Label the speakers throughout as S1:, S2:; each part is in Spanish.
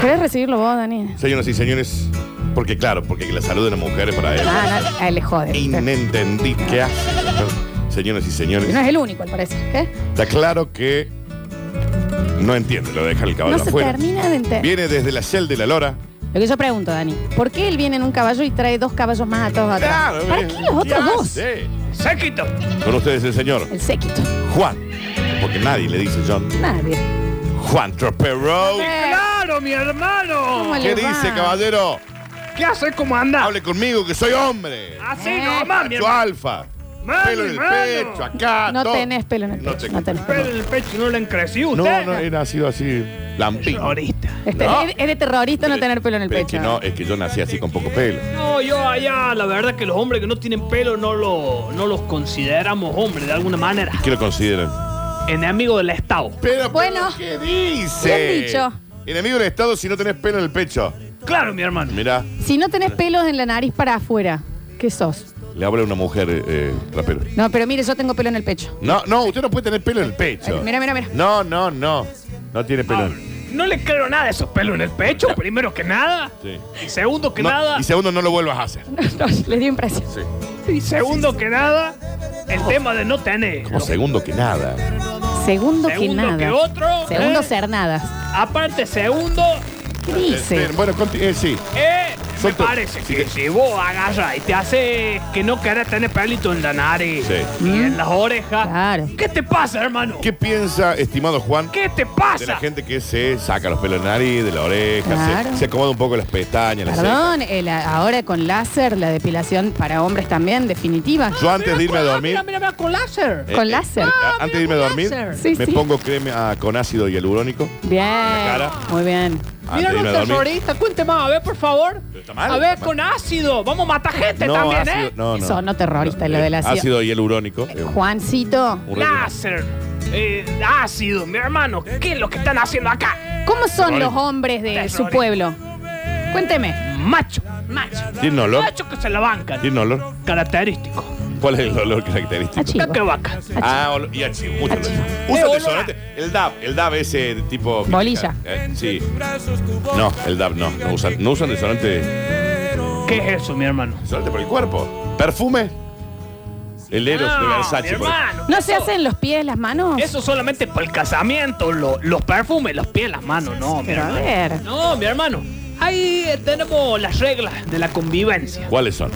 S1: ¿Querés recibirlo vos, Dani?
S2: Señoras y señores, porque claro, porque la salud de la mujer para él
S1: Ah, no, a él le jode.
S2: es
S1: ¿viste?
S2: inentendible. ¿Qué hace? Señoras y
S1: No
S2: señores,
S1: es el único, al parecer. ¿Qué?
S2: está claro que no entiende lo de dejar el caballo
S1: No se
S2: afuera.
S1: termina de entender.
S2: Viene desde la Shell de la Lora.
S1: Lo que yo pregunto, Dani, ¿por qué él viene en un caballo y trae dos caballos más a todos atrás? ¿Para qué los otros dos?
S2: ¡Séquito!
S1: Eh.
S2: Con ustedes el señor
S1: El séquito.
S2: Juan, porque nadie le dice John.
S1: Nadie.
S2: Juan Tropero.
S3: ¡Claro, mi hermano!
S1: ¿Cómo
S2: ¿Qué
S1: le va? Ah.
S2: dice, caballero?
S3: ¿Qué hace? ¿Cómo anda?
S2: Hable conmigo, que soy hombre.
S3: Así
S1: Eh.
S3: nomás, mi
S2: Macho
S3: hermano.
S2: alfa.
S3: Mami,
S2: Pelo en el
S3: mano.
S2: pecho, acá.
S1: No
S2: todo.
S1: tenés pelo en el
S2: No
S1: pecho.
S2: te-
S1: No tenés
S3: Pero
S1: pelo.
S3: el pecho no le encreció
S2: No,
S3: usted.
S2: no, he nacido así, lampín.
S3: Ahorita.
S1: Este,
S2: No.
S1: Es es de terrorista no tener pelo en el
S2: Eh, Pero es
S1: pecho.
S2: que no, es que yo nací así con poco pelo.
S3: No, yo allá, la verdad que los hombres que no tienen pelo no, lo, no los consideramos hombres de alguna manera.
S2: ¿Qué lo consideran?
S3: Enemigos del Estado.
S2: Pero,
S1: Bueno,
S2: ¿qué dice?
S1: bien dicho.
S2: Enemigo del Estado si no tenés pelo en el pecho.
S3: Claro, mi hermano.
S2: Mirá,
S1: Si no tenés pelos en la nariz para afuera, ¿qué sos?
S2: le habla una mujer eh, rapero.
S1: No, pero mire, yo tengo pelo en el pecho.
S2: No, no, usted no puede tener pelo en el pecho.
S1: Ay, mira, mira, mira.
S2: No, no, no. No tiene pelo. en-
S3: No le creo nada de esos pelos en el pecho, primero que nada.
S2: Sí.
S3: Y segundo Ah. que
S2: No,
S3: nada.
S2: Y segundo, no lo vuelvas a hacer.
S1: No, le dio impresión.
S2: Sí.
S3: Y segundo que nada, el tema de no tener.
S2: Como segundo que nada.
S1: Segundo, que
S3: Segundo
S1: nada.
S3: que otro,
S1: Segundo
S3: ¿eh?
S1: ser nada.
S3: Aparte, segundo,
S1: ¿Qué dice?
S2: Eh, bueno, conti- eh, sí.
S3: Eh, me
S2: Suelto.
S3: parece
S2: Sí,
S3: que
S2: que-
S3: si vos agarras y te hace que no querés tener pelito en la nariz
S2: Sí.
S3: y en las orejas,
S1: Claro.
S3: ¿qué te pasa, hermano?
S2: ¿Qué piensa, estimado Juan,
S3: ¿Qué te
S2: de
S3: pasa?
S2: la gente que se saca los pelos de la nariz, de la oreja, se-
S1: Claro.
S2: se, acomoda un poco las pestañas, las cejas?
S1: Perdón, el- ahora con láser, la depilación para hombres también, definitiva.
S2: Yo antes de irme a dormir,
S3: Mira, mira, mira, con láser.
S2: eh,
S1: con
S2: eh,
S1: láser.
S2: eh, antes de irme a dormir,
S3: láser.
S1: Sí,
S2: me
S1: sí.
S2: pongo crema ah, con ácido hialurónico.
S1: Bien.
S2: cara.
S1: Muy bien.
S2: Antes de irme a dormir.
S3: cuente más, a ver, por favor.
S2: Pero está mal,
S3: a ver,
S2: está mal.
S3: con ácido. Vamos a matar gente
S2: No,
S3: también,
S2: ácido,
S3: ¿eh?
S2: no, no.
S1: Eso no terrorista, lo del ácido.
S2: Ácido hialurónico.
S1: Eh, Juancito,
S2: Un remedio.
S3: Láser. eh, ácido, mi hermano. ¿Qué es lo que están haciendo acá?
S1: ¿cómo son
S2: Terrorista.
S1: los hombres de su
S3: Terrorista.
S1: pueblo? Cuénteme.
S3: Macho. Macho.
S2: ¿Tiene olor?
S3: Macho que se la bancan.
S2: ¿Tiene olor?
S3: Característico.
S2: ¿Cuál es el olor característico?
S1: Achi.
S3: Ya que vaca.
S2: Ah, olor- y achi, mucho olor.
S1: Achi.
S2: Usa
S3: Eh,
S2: el
S3: olor
S2: desodorante. El DAB, el DAB ese tipo.
S1: Bolilla.
S2: Eh, sí. No, el DAB no. No usan, no usan desodorante,
S3: ¿Qué es eso, mi hermano?
S2: desodorante por el cuerpo. ¿Perfume? El Eros de
S3: No,
S2: Versace.
S3: Ah, mi
S2: por-
S3: hermano,
S1: ¿No se
S3: eso-
S1: hacen los pies, las manos?
S3: Eso solamente para el casamiento, lo- los perfumes, los pies, las manos, no, mi
S1: Pero a
S3: hermano.
S1: ver.
S3: No, mi hermano. Ahí eh, tenemos las reglas de la convivencia.
S2: ¿Cuáles son?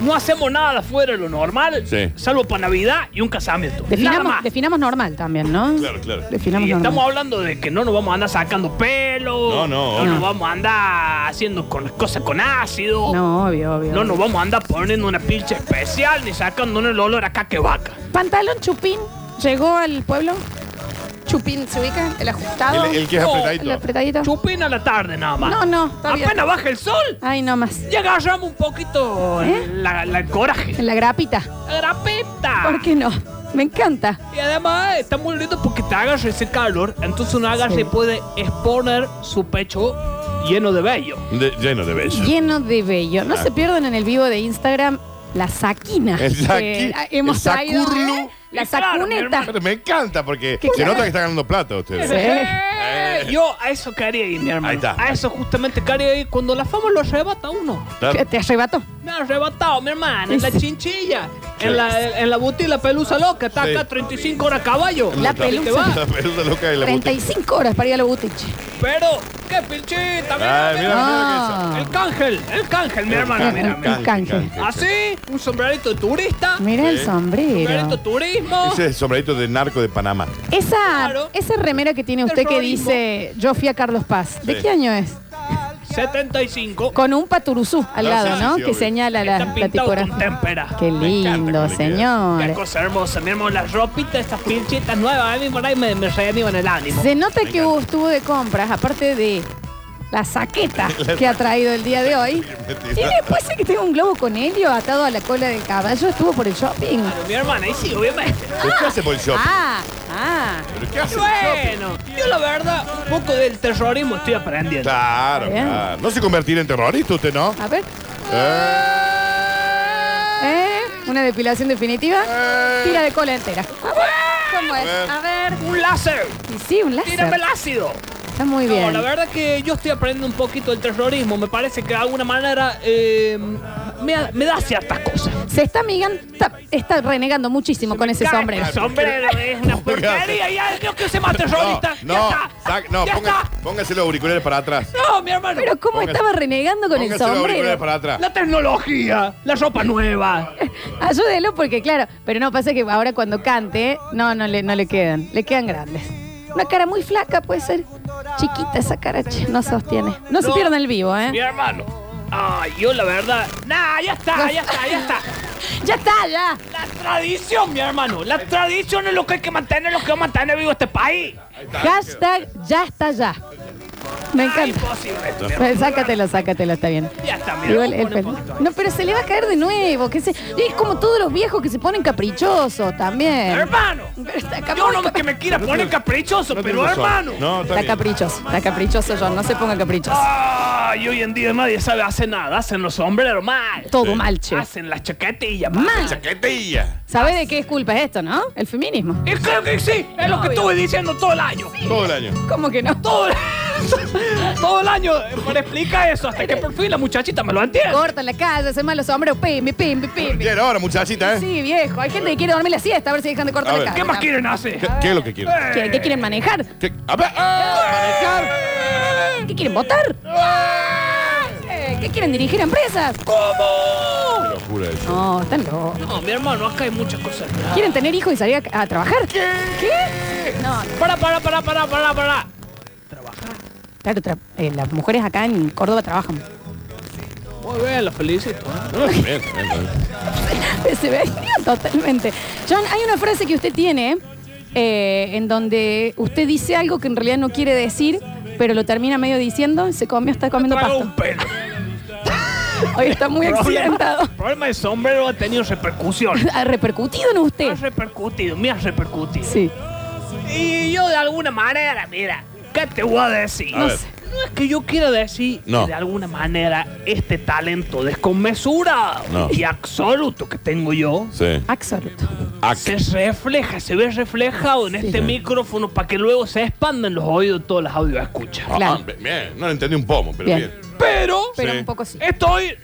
S3: No hacemos nada fuera de lo normal,
S2: Sí.
S3: salvo para Navidad y un casamiento. nada
S1: Definamos,
S3: más.
S1: definamos normal también, ¿no?
S2: Claro, claro.
S1: Definamos
S3: y
S1: normal.
S3: estamos hablando de que no nos vamos a andar sacando pelo.
S2: No, no,
S3: nos
S1: no.
S3: vamos a andar haciendo con, cosas con ácido.
S1: No, obvio, obvio.
S3: No nos vamos a andar poniendo una pinche especial ni sacándonos el olor acá que vaca.
S1: ¿Pantalón chupín llegó al pueblo? ¿Chupín se ubica? ¿El ajustado?
S2: El, el que es
S3: No,
S1: ¿El
S2: apretadito.
S1: apretadito?
S3: Chupina a la tarde nada más.
S1: No, no, está bien.
S3: Apenas baja el sol,
S1: Ay, no más.
S3: ya agarramos un poquito
S1: ¿Eh?
S3: la, la- el coraje.
S1: En la grapita.
S3: La grapeta.
S2: Ah.
S1: ¿Por qué no? Me encanta.
S3: Y además está muy lindo porque te agarra ese calor, entonces uno agarra
S1: Sí.
S3: y puede exponer su pecho lleno de vello.
S2: De- lleno de bello.
S1: lleno de vello. No
S2: Ah.
S1: se pierdan en el vivo de Instagram la saquina.
S2: El
S1: que
S2: saqui-
S1: hemos
S2: el
S1: traído.
S2: sacurlu.
S1: ¿eh? La
S3: Y claro, mi
S1: sacuneta.
S3: hermano.
S2: Pero me encanta porque
S1: ¿Qué
S2: se
S1: quiere?
S2: nota que están ganando plata ustedes.
S1: Sí.
S3: Eh, Yo a eso quería ir, mi hermano.
S2: Ahí está.
S3: A eso justamente quería ir cuando la fama lo arrebata a uno.
S1: Que
S2: Claro.
S1: Te arrebató.
S3: Me ha arrebatado, mi hermano, en la
S1: Sí.
S3: chinchilla, en la, en la butila pelusa loca, está
S2: Sí.
S3: acá 35 horas a caballo.
S1: La
S3: ¿Qué te
S1: pelusa.
S3: va?
S2: La pelusa loca de la botella.
S1: 35 horas para ir a la butiche.
S3: Pero, qué pinchita, mira,
S2: Ay,
S3: mira.
S2: mira,
S1: Ah.
S2: mira
S3: El cángel, el cángel, mi hermano, mira,
S2: que
S3: mira. Ah,
S2: eso.
S1: canje.
S3: Así, un sombrerito de turista, un
S1: Mira el
S2: Sí.
S1: sombrero.
S3: sombrerito de turismo.
S2: Ese es el sombrerito de narco de Panamá.
S1: Esa,
S3: Claro.
S1: esa remera que tiene usted que
S3: Terrorismo.
S1: dice yo fui a Carlos Paz. ¿De
S2: Sí.
S1: qué año es?
S3: 75.
S1: Con un paturuzú al
S2: Ah,
S1: lado,
S2: sí,
S1: ¿no?
S2: sí,
S1: que
S2: obvio.
S1: señala la,
S3: Está
S1: la
S3: pintado con
S1: tipografía.
S3: témpera.
S1: Qué
S2: Me encanta
S1: lindo,
S2: cómo le queda.
S3: Qué
S1: señor.
S3: cosa hermosa, mi hermano, las ropitas, estas pinchitas nuevas, a mí por ahí me, me reaniman el ánimo.
S1: Se nota
S2: Me
S1: que
S2: encanta.
S1: estuvo de compras, aparte de la saqueta que ha traído el día de hoy. Tiene, puede ser que tenga un globo con helio atado a la cola del caballo, estuvo por el shopping.
S3: Pero mi hermana, y sí, obviamente.
S2: ¿Pero qué hace por el shopping?
S1: Ah, ah.
S2: ¿Pero qué hace por el shopping?
S3: Bueno, yo la verdad, un poco del terrorismo estoy aprendiendo.
S2: Claro,
S1: Está bien.
S2: claro. No se convertirá en terrorista usted, ¿no?
S1: A ver, Ah,
S2: Eh,
S1: ¿eh? Una depilación definitiva.
S2: eh.
S1: Tira de cola entera. ¿Cómo es? A ver.
S3: Un láser,
S1: Y sí, un láser.
S3: tírame el ácido.
S1: Está muy
S3: No,
S1: bien.
S3: la verdad que yo estoy aprendiendo un poquito del terrorismo. Me parece que de alguna manera eh, me, me da ciertas cosas.
S1: Se está amigando, está, está renegando muchísimo con ese
S3: Cae
S1: sombrero.
S3: el sombrero es una porquería. Ya creo que se más
S2: No,
S3: terrorista.
S2: Eh. no,
S3: ya está.
S2: sac- no
S3: ya
S2: ponga-
S3: está.
S2: póngase los auriculares para atrás.
S3: No, mi hermano.
S1: Pero ¿cómo
S2: Póngase-
S1: estaba renegando con el
S2: Póngase los auriculares
S1: sombrero?
S2: para atrás.
S3: La tecnología, la ropa nueva.
S1: Ayúdelo porque, claro, pero no, pasa que ahora cuando cante, no, no le, no le quedan, le quedan grandes. Una cara muy flaca puede ser. Chiquita esa cara, che, no sostiene. No se
S3: No.
S1: pierdan el vivo,
S3: Mi
S1: ¿eh?
S3: hermano. Ay, yo la verdad. Nah, ya está, ya está, ya está.
S1: Ya está, ya.
S3: La tradición, mi hermano. La tradición es lo que hay que mantener, lo que va a mantener vivo este país.
S1: Hashtag ya está ya. Me
S3: Es
S1: encanta.
S3: imposible. esto, mi hermano.
S1: Pero Sácatelo, sácatelo, está bien.
S3: Ya está, mira.
S1: Igual el
S3: vamos a poner
S1: pelo.
S3: un poquito más.
S1: No, pero se le va a caer de nuevo. Que se... Es como todos los viejos que se ponen caprichosos también.
S3: Hermano.
S1: Pero está
S3: Yo no
S1: caprichoso.
S3: me- que me quiera poner caprichoso,
S2: No tiene
S3: pero
S2: razón.
S3: hermano.
S2: No, está
S1: Está
S2: bien.
S1: caprichoso, está caprichoso, John. No se ponga caprichoso.
S3: Ay, hoy en día nadie sabe hacer nada. Hacen los sombreros mal.
S1: Todo mal, che.
S3: Hacen las chaquetillas
S1: Mal.
S2: Chaquetilla.
S1: ¿Sabes de qué es culpa esto, no? El feminismo.
S3: Y creo que sí. Es lo que estuve diciendo todo el año.
S2: Todo el año.
S1: ¿Cómo que no?
S3: Todo el, todo el año eh, para explicar eso. Hasta que por fin la muchachita me lo entiende.
S1: Corta la calle, hacen mal los hombros, pimbi, pimbi, pimbi.
S2: Bien, ahora, muchachita, ¿eh?
S1: Sí, viejo. Hay gente que quiere dormir la siesta, a ver si dejan de cortar
S2: A
S1: la
S2: ver.
S1: calle.
S3: ¿Qué más quieren
S2: ¿Qué,
S3: hacer?
S2: qué es lo que quieren?
S1: ¿Qué, qué quieren manejar?
S2: ¿Qué? A ver, ¡ah!
S1: ¿Qué quieren votar? Eh, ¿Qué quieren dirigir a empresas?
S3: ¿Cómo?
S2: Manejar. Locura eso.
S1: No, están locos.
S3: No, mi hermano, acá hay muchas cosas.
S1: ¿Quieren tener hijos y salir a, a trabajar? ¿Qué? No, no.
S3: Para, para, para, para, para, para.
S1: claro, tra- eh, las mujeres acá en Córdoba trabajan.
S3: Muy bien, la felicito. ¿eh?
S2: No, Ah, bien, bien, bien.
S1: Se venía totalmente. John, hay una frase que usted tiene eh, en donde usted dice algo que en realidad no quiere decir, pero lo termina medio diciendo, se comió, está comiendo
S3: Traga
S1: pasta.
S3: un pelo.
S1: Hoy está muy accidentado.
S3: El problema del sombrero ha tenido repercusiones.
S1: Ha repercutido en usted.
S3: Ha repercutido, me ha repercutido.
S1: Sí.
S3: Y yo de alguna manera, mira, ¿qué te voy a decir?
S2: A
S3: no,
S2: ver.
S3: sé. No es que yo quiera decir
S2: No.
S3: que de alguna manera este talento desconmesurado
S2: No.
S3: y absoluto que tengo yo
S2: Sí. Ah,
S1: Absoluto.
S2: Ac-
S3: se refleja, se ve reflejado en este micrófono para que luego se expandan los oídos de todas las audio escuchas.
S2: Ah,
S1: claro.
S2: ah, bien, no le entendí un pomo, pero
S1: Bien.
S2: bien.
S3: Pero
S1: Pero
S2: Sí.
S1: un poco sí.
S3: estoy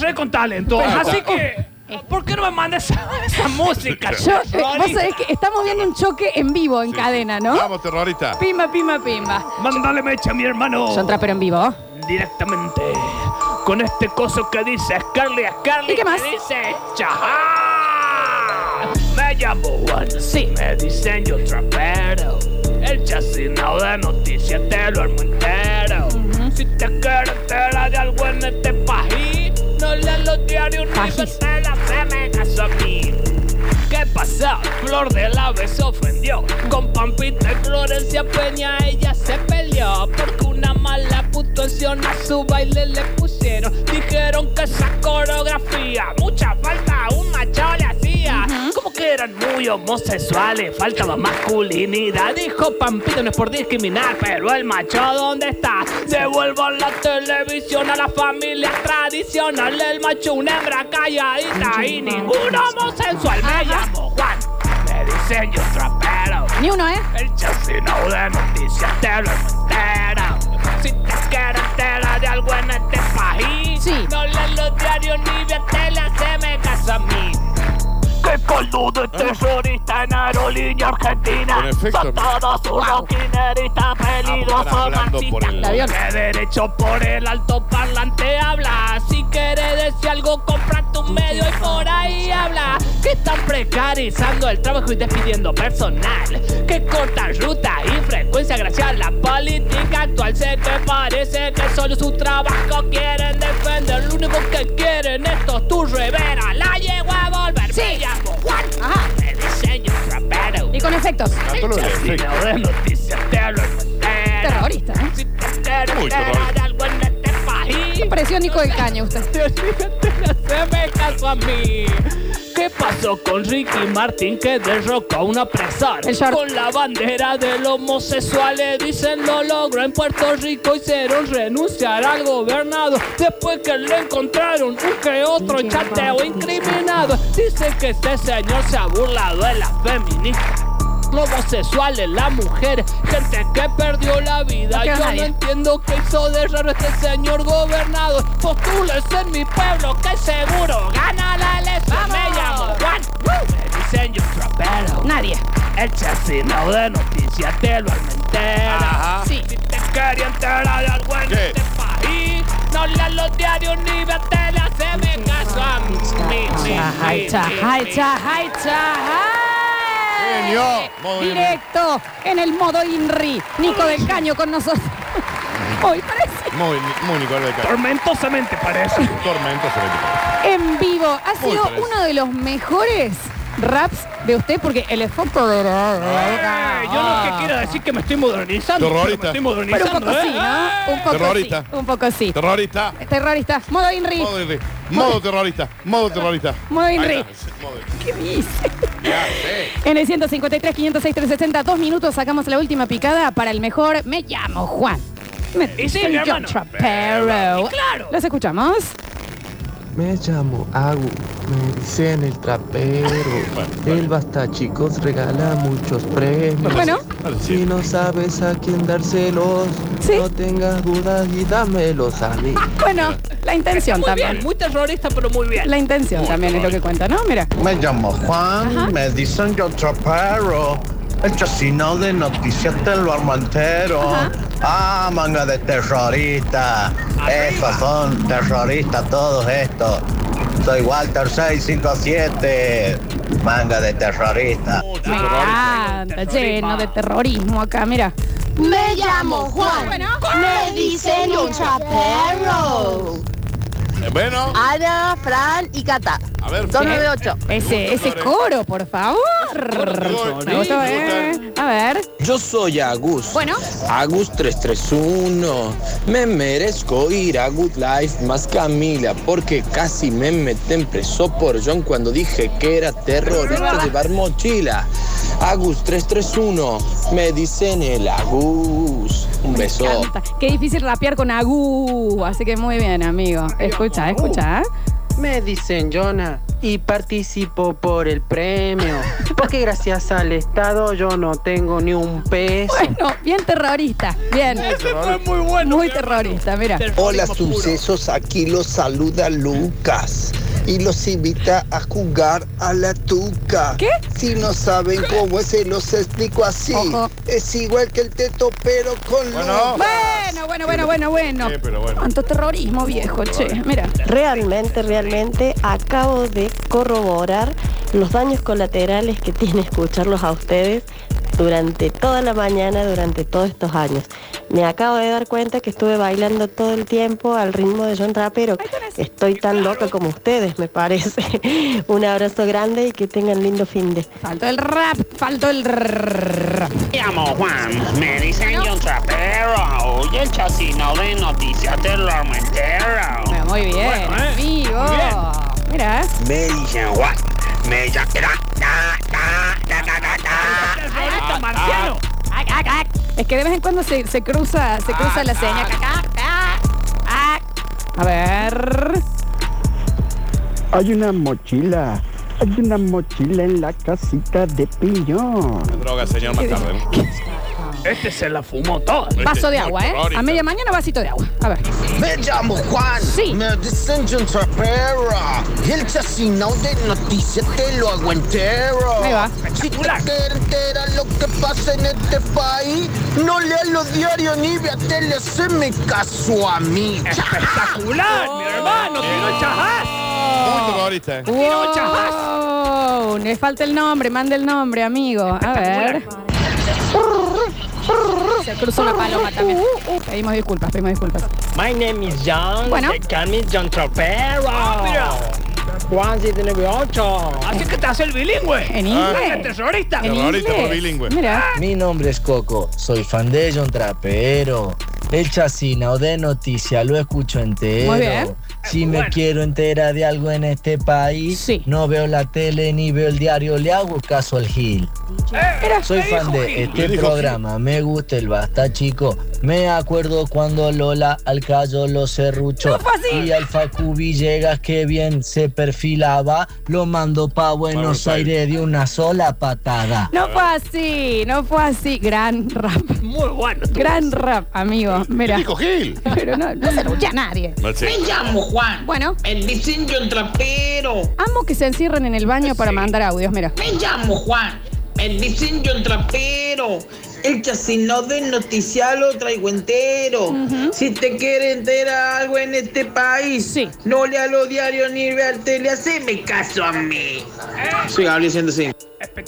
S3: re con talento,
S1: Pero-
S3: así que ¿por qué no me mandas esa, esa música?
S1: Yo, eh, vos
S3: Rolly?
S1: sabés que estamos viendo un choque en vivo, en
S2: Sí,
S1: cadena,
S2: sí.
S1: ¿no?
S2: Vamos, terrorista.
S1: Pimba, pimba, pimba.
S3: Mándale mecha, mi hermano.
S1: John Trapero en vivo.
S3: directamente con este coso que dice Scarly Scarly
S1: ¿Y qué más?
S3: que dice Chaja. Me llamo Juan, sí, me diseño trapero. El chacinado de noticias te lo armo entero. Si te quieres enterar de algo en este país, no leas los diarios ni
S1: País.
S3: que te la me caso a mí. ¿Qué pasa? Flor del ave se ofendió. Con Pampita y Florencia Peña ella se peleó. Porque una mala puntuación a su baile le pusieron. Dijeron que esa coreografía mucha falta a un macho le hacía. Como que eran muy homosexuales, faltaba masculinidad. Dijo Pampita, no es por discriminar, pero el macho ¿dónde está? Devuelvan la televisión a la familia tradicional. El macho una hembra calladita y ningún homosexual. Me llamo Juan, me diseño trapero.
S1: Ni uno, ¿eh?
S3: El chasino de noticias te lo entera. Si te quieres enterar de algo en este país,
S1: Sí.
S3: no lees los diarios ni veas tele, haceme caso a mí. ¡Qué caldo de terrorista en aerolínea argentina!
S2: Ah. Con efecto.
S3: Son todos unos kirchneristas peligrosos
S2: Ahora hablando
S3: marxistas.
S2: por el- El
S1: avión.
S3: De derecho por el alto parlante habla. Si quieres decir algo, compra tu medio y por ahí habla. Que están precarizando el trabajo y despidiendo personal. Que cortan ruta y frecuencia gracias a la política actual. Se que parece que solo su trabajo quieren defender. Lo único que quieren estos tu revera. La llevo a volver.
S1: Sí.
S3: Me llamo Juan.
S1: Ajá.
S3: Me diseño trapero.
S1: Y con efectos.
S2: Cantó lo del
S3: Si
S2: efecto.
S3: no de noticias te hablo entero.
S1: Terrorista, ¿eh?
S3: Si te enteras
S2: Muy terrorista.
S3: de algo en este país.
S1: Pareció Nico del Caño usted.
S3: este Se me caso a mí. ¿Qué pasó con Ricky Martin que derrocó a un opresor?
S1: El short.
S3: Con la bandera de los homosexuales dicen lo logró en Puerto Rico hicieron renunciar al gobernador después que lo encontraron un que otro chateo incriminado. Dicen que este señor se ha burlado de las feministas. robos sexuales, la mujer, gente que perdió la vida.
S1: No quedó
S3: Yo
S1: nadie.
S3: no entiendo qué hizo de raro este señor gobernador. Postules en mi pueblo que seguro gana la elección. Me
S1: ¡Vamos!
S3: llamo Juan, me dicen yo trapero.
S1: Nadie.
S3: El chasino de noticias te lo almentera.
S2: Ajá.
S1: Sí.
S3: Si te quería enterar de algo en
S2: ¿Qué?
S3: este país, no leas los diarios ni ve tele, haceme caso a mí. Mi, mi, mi,
S1: Chajay, chajay,
S3: mi, mi.
S1: chajay, chajay.
S2: Genio. Muy bien.
S1: Directo en el modo INRI. Nico del Caño con nosotros. Hoy parece.
S2: Muy, muy Nicolás de Castro.
S3: Tormento semente parece.
S2: Tormento se
S1: En vivo. Ha
S2: Muy
S1: sido
S2: parecido.
S1: uno de los mejores raps de usted porque el esfuerzo de.
S3: Eh, yo no es que quiera decir que me estoy modernizando. pero
S2: Terrorista.
S3: Me estoy
S1: Ah. Pero un poco sí, ¿no?
S3: modernizando. ¿eh?
S1: Un poco
S2: Terrorista.
S1: sí. Un poco sí.
S2: Terrorista.
S1: Terrorista. Modo INRI.
S2: Modo Henry. Modo terrorista. Modo terrorista.
S1: Modo
S2: Ahí
S1: INRI.
S2: está. Modo Henry.
S1: ¿Qué dice?
S2: Ya sé.
S1: En el 153, 506, 360, dos minutos sacamos la última picada para el mejor. Me llamo Juan. Me,
S3: Y sí,
S1: soy John
S3: hermano.
S1: Trapero.
S3: Y claro.
S1: ¿Los escuchamos?
S4: Me llamo Agu, me dicen el trapero. El basta chicos regala muchos premios.
S1: Bueno,
S4: Si no sabes a quién dárselos,
S1: Sí.
S4: no tengas dudas y dámelos a mí.
S1: Ah, bueno, la intención
S3: Muy
S1: también.
S3: bien, muy terrorista, pero muy bien.
S1: La intención también es lo que cuenta, ¿no? Mira.
S5: Me llamo Juan,
S1: Ajá.
S5: me dicen yo trapero. El chasino de noticias te lo armo entero.
S1: Ajá.
S5: Ah, manga de terrorista. Eh, Esos son terroristas todos estos. Soy Walter 657. Manga de terrorista.
S2: Mucho
S1: Me
S2: terrorista.
S1: encanta,
S3: terrorismo.
S1: lleno de terrorismo acá, mira.
S6: Me llamo Juan.
S1: Bueno.
S6: Me dicen un chaperro.
S2: Eh, Bueno,
S1: Ah,
S6: Ana, Fran y Cata.
S2: a ver.
S6: Dos, nueve, ocho.
S1: Ese, ese coro, por favor. Me gustó, ¿eh? A ver.
S7: Yo soy Agus.
S1: Bueno.
S7: Agus 331. Me merezco ir a Good Life más Camila porque casi me meten preso por John cuando dije que era terrorista llevar mochila. Agus 331. Me dicen el Agus. Un beso.
S1: Me encanta. Qué difícil rapear con agú. Así que muy bien, amigo. Escucha, escucha.
S8: Me dicen Jonah y participo por el premio. Porque gracias al Estado yo no tengo ni un peso.
S1: Bueno, bien terrorista. Bien.
S3: Ese fue muy bueno.
S1: Muy
S3: mi hermano.
S1: terrorista, mira.
S3: Terrorismo
S7: Hola
S3: puro.
S7: sucesos, aquí los saluda Lucas y los invita a jugar a la tuca.
S1: ¿Qué?
S7: Si no saben cómo es, se los explico así.
S1: Ojo.
S7: Es igual que el teto, pero con
S2: Bueno.
S1: Bueno, bueno, bueno, bueno, bueno.
S2: Sí, pero bueno.
S1: Cuánto terrorismo, viejo, che. Mira.
S9: Realmente, realmente acabo de corroborar los daños colaterales que tiene escucharlos a ustedes durante toda la mañana, durante todos estos años. Me acabo de dar cuenta que estuve bailando todo el tiempo al ritmo de John Trapero. Estoy tan loca como ustedes, me parece. Un abrazo grande y que tengan lindo fin de.
S1: Faltó el rap, faltó el rap.
S10: Me llamo Juan, me dicen yo trapero y el chasino de noticias te lo armo entero.
S1: Bueno, Ah, muy bien,
S3: Bueno, ¿eh?
S1: amigo.
S3: Muy bien.
S1: Mira.
S10: Me dicen Juan, me llaman da, da, da, da, da, da.
S3: Terrorista marciano.
S1: Ac, ac, ac. Es que de vez en cuando se, se cruza, se cruza la seña. Ac, ac, ac, ac. A ver.
S11: Hay una mochila, hay una mochila en la casita de piñón.
S2: Droga, señor, más tarde. ¿no? Este,
S3: Este se la fumó toda.
S1: Vaso de
S2: Muy
S1: agua, ¿eh?
S2: terrorista.
S1: A media mañana vasito de agua. A ver.
S7: Me llamo Juan.
S1: Sí.
S7: Me dicen John Trapero. Y el chasino de noticias te lo hago entero.
S1: Ahí va.
S7: Si te quieres enterar lo que pasa en este país, no leas los diarios ni ve a tele, haceme caso a mí.
S3: Espectacular, mi hermano. Tiró chajás.
S2: Muy terrorista, ¿eh?
S3: Tiro chajás.
S1: Wow, le falta el nombre, manda el nombre, amigo. A ver. Se cruzó la paloma también. Pedimos disculpas, pedimos disculpas.
S8: My name is John.
S1: Bueno.
S8: They call me John Trapero.
S3: Ah, Mira,
S8: Juan 798.
S3: así que te hace el bilingüe.
S8: Ah.
S1: En
S3: Este
S1: inglés.
S3: terrorista.
S1: En
S2: Terrorista,
S1: inglés.
S2: no bilingüe.
S1: Mira.
S4: Ah,
S7: Mi nombre es Coco, soy fan de John Trapero. El chasino de noticia lo escucho entero.
S1: Muy bien.
S7: Si me quiero enterar de algo en este país, no veo la tele ni veo el diario, le hago caso al Gil.
S3: Eh,
S7: Soy fan de este
S12: Le dijo
S7: programa, me gusta el basta chico. Me acuerdo cuando Lola al callo lo serruchó. y al Facu Villegas que bien se perfilaba, lo mandó pa' Buenos Aires de una sola patada.
S1: No fue así, no fue así. Gran rap.
S4: Muy bueno.
S1: Gran rap, amigo. Mira.
S2: Nico Gil.
S1: Pero no, no se lucha a nadie.
S2: Machi.
S4: Me llamo
S1: Juan. Bueno.
S4: El diseño el trapero.
S1: Amo que se encierren en el baño para mandar audios, mira.
S4: Me llamo Juan, el diseño el trapero. El chasino del noticial lo traigo entero. Si te quiere entera algo en este país, no lea los diarios ni vea el tele, haceme caso a mí.
S13: Sí, Gabriel 105.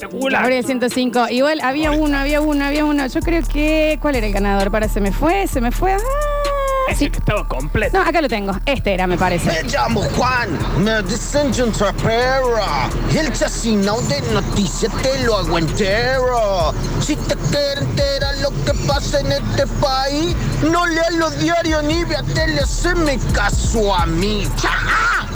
S1: Gabriel 105. Igual había uno, había uno, había uno. Yo creo que. ¿Cuál era el ganador? Para, se me fue, se me fue. Ah, sí.
S4: Estaba completo.
S1: No, acá lo tengo. Este era, me parece.
S13: Me llamo Juan, me dicen John Trapera. Y el chasino de noticias te lo hago entero. Si te quieres enterar lo que pasa en este país, no leas los diarios ni vea tele, haceme caso a mí. ¡Chao!